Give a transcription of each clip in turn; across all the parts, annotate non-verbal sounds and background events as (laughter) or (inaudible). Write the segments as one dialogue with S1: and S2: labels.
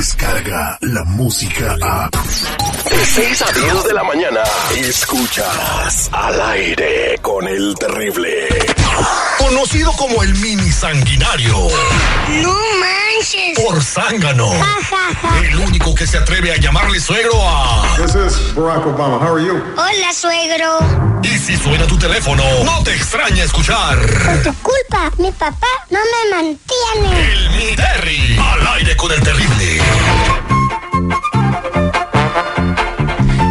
S1: Escucha la música a.
S2: De 6 a 10 de la mañana. Escuchas al aire con el terrible. Conocido como el mini sanguinario.
S3: No manches.
S2: Por zángano. El único que se atreve a llamarle suegro a.
S4: This is Barack Obama. How are you?
S3: Hola, suegro.
S2: Y si suena tu teléfono, no te extraña escuchar.
S3: Por tu culpa, mi papá no me mantiene.
S2: El mini Terry. Al aire con el terrible.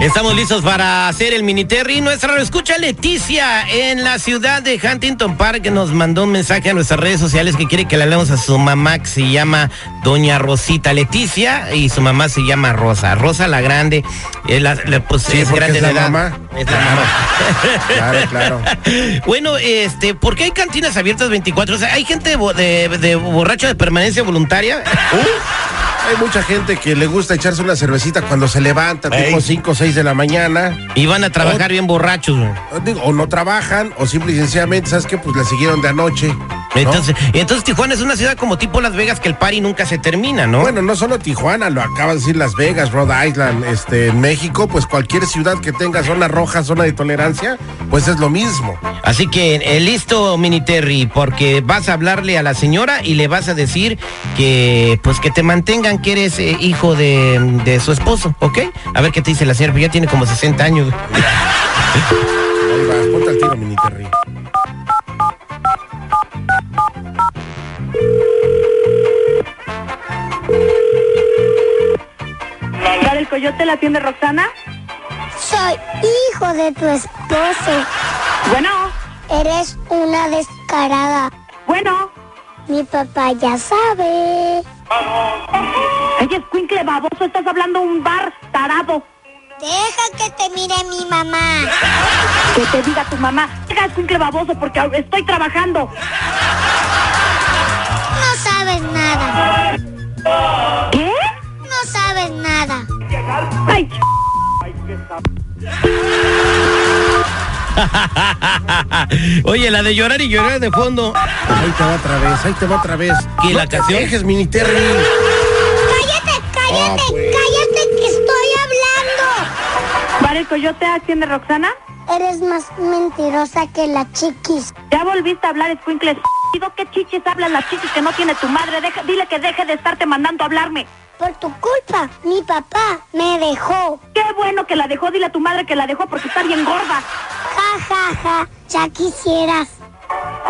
S5: Estamos listos para hacer el mini Terry. Nuestra escucha Leticia en la ciudad de Huntington Park que nos mandó un mensaje a nuestras redes sociales que quiere que le hablemos a su mamá que se llama Doña Rosita Leticia y su mamá se llama Rosa. Rosa la Grande. eh, la- la- pues,
S6: Sí,
S5: es
S6: porque
S5: grande
S6: es la
S5: de edad.
S6: mamá.
S5: Es la mamá. (laughs)
S6: (laughs) Claro, claro.
S5: Bueno, este, ¿por qué hay cantinas abiertas 24? O sea, ¿hay gente de, bo- de- de borracho de permanencia voluntaria?
S6: Hay mucha gente que le gusta echarse una cervecita cuando se levanta,
S2: Ey.
S6: tipo 5 o 6 de la mañana.
S5: Y van a trabajar bien borrachos, güey.
S6: O digo, O no trabajan, o simple y sencillamente, ¿sabes qué? Pues la siguieron de anoche. ¿no?
S5: Entonces, entonces Tijuana es una ciudad como tipo Las Vegas que el party nunca se termina, ¿no?
S6: Bueno, no solo Tijuana, lo acabas de decir Las Vegas, Rhode Island, este, en México, pues cualquier ciudad que tenga zona roja, zona de tolerancia, pues es lo mismo.
S5: Así que eh, listo, Mini Terry, porque vas a hablarle a la señora y le vas a decir que pues que te mantengan que eres eh, hijo de, de su esposo, ¿ok? A ver qué te dice la señora, pero ya tiene como 60 años. (laughs)
S6: Ahí vas, ponte al tiro, mini Terry.
S7: Para el coyote la tienda Roxana.
S3: Soy hijo de tu esposo.
S7: Bueno,
S3: Eres una descarada.
S7: bueno.
S3: Mi papá ya sabe.
S7: Ay, escuincle baboso, estás hablando un bar tarado.
S3: Deja que te mire mi mamá.
S7: Que te diga tu mamá. Deja escuincle baboso porque au- estoy trabajando.
S3: No sabes nada.
S7: ¿Qué?
S3: No sabes nada.
S7: Ay, ch-
S5: Oye, la de llorar y llorar de fondo.
S6: Ahí te va otra vez, ahí te va otra vez.
S5: ¿Y la
S6: No te
S5: canción?
S6: dejes, mini Terry.
S3: Cállate, cállate, cállate que estoy hablando.
S7: Para el coyote atiende Roxana.
S3: Eres más mentirosa que la chiquis.
S7: Ya volviste a hablar escuincle. estúpido. ¿Qué chiches hablan las chiches que no tiene tu madre? Deja- dile que deje de estarte mandando a hablarme.
S3: Por tu culpa, mi papá me dejó.
S7: Qué bueno que la dejó, dile a tu madre que la dejó porque está bien gorda.
S3: Ja, ja, ja. Ya quisieras.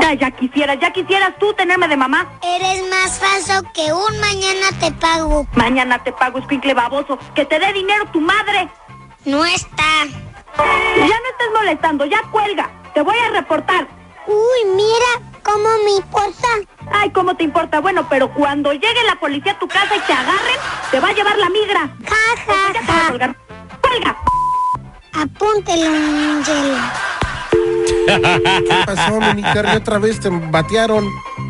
S7: Ya, ya quisieras, ya quisieras tú tenerme de mamá.
S3: Eres más falso que un mañana te pago.
S7: Mañana te pago, escuincle baboso. Que te dé dinero tu madre.
S3: No está.
S7: Ya no estés molestando, ya cuelga. Te voy a reportar.
S3: Uy, mira cómo me importa.
S7: Ay, ¿cómo te importa? Bueno, pero cuando llegue la policía a tu casa y te agarren, te va a llevar la migra.
S3: Ja,
S7: Porque
S3: ja,
S7: ya te va a
S3: ja.
S7: colgar. ¡Cuelga!
S3: Apúntelo, Angela.
S6: ¿Qué pasó, mini Terry? Otra vez te batearon.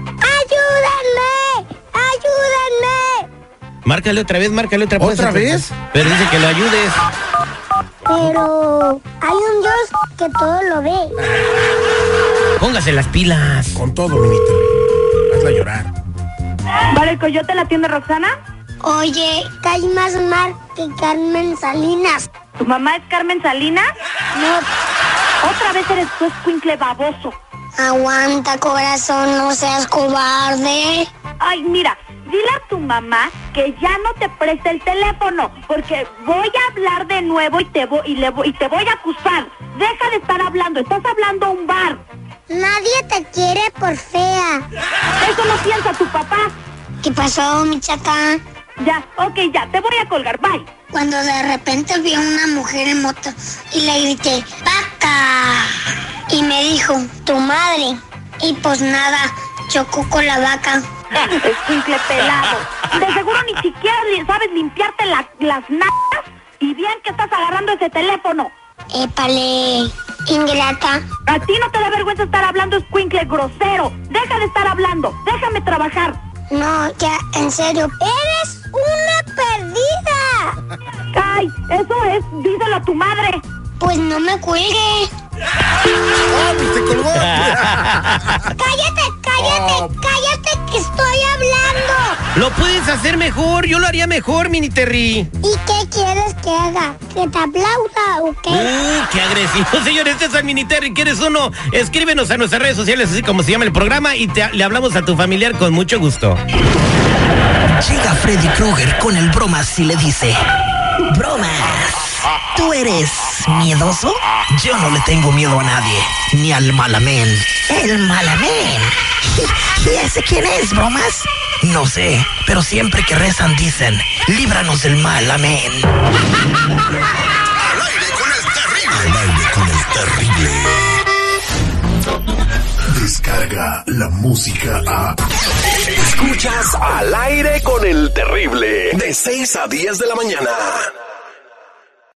S3: ¡Ayúdame! ¡Ayúdame!
S5: Márcale otra vez, márcale otra vez.
S6: ¿Otra vez?
S5: Pero dice que lo ayudes.
S3: Pero hay un Dios que todo lo ve.
S5: Póngase las pilas.
S6: Con todo, mini Terry. Hazla llorar.
S7: ¿Vale el coyote la tienda Roxana?
S3: Oye, que hay más mar que Carmen Salinas.
S7: ¿Tu mamá es Carmen Salinas?
S3: No,
S7: Otra vez eres tú, escuincle baboso.
S3: aguanta corazón, no seas cobarde.
S7: Ay, mira, dile a tu mamá que ya no te preste el teléfono, porque voy a hablar de nuevo y te, vo- y le vo- y te voy a acusar. Deja de estar hablando, estás hablando a un bar.
S3: Nadie te quiere por fea.
S7: Eso no piensa tu papá.
S3: ¿Qué pasó, mi chata?
S7: Ya, ok, ya, te voy a colgar, bye.
S3: Cuando de repente vi a una mujer en moto y le grité, ¡vaca! Y me dijo, tu madre. Y pues nada, chocó con la vaca.
S7: Escuincle pelado. De seguro ni siquiera li- sabes limpiarte la- las natas y bien que estás agarrando ese teléfono.
S3: Épale, ingrata.
S7: A ti no te da vergüenza estar hablando, escuincle grosero. Deja de estar hablando, déjame trabajar.
S3: No, ya, en serio, eres una perdida.
S7: Ay, eso es, díselo a tu madre.
S3: Pues no me cuelgue.
S6: ¡Ah, pues te colgó!
S5: (laughs)
S3: Cállate, cállate, cállate que estoy hablando.
S5: Lo puedes hacer mejor, yo lo haría mejor, Mini Terry.
S3: ¿Y qué quieres que haga? ¿Que te aplauda o qué?
S5: Uh, qué agresivo, (laughs) señor. Este es el Mini Terry. ¿Quieres uno? Escríbenos a nuestras redes sociales, así como se llama el programa, y te- le hablamos a tu familiar con mucho gusto.
S8: Llega Freddy Krueger con el bromas y le dice: Bromas, ¿tú eres miedoso? Yo no le tengo miedo a nadie, ni al malamén. ¿El malamén? (laughs) ¿Y ese quién es, bromas? No sé, pero siempre que rezan dicen: Líbranos del mal, amén.
S2: Al aire con el terrible. Al aire con el terrible.
S1: Descarga la música a.
S2: Escuchas al aire con el terrible. De 6 a 10 de la mañana.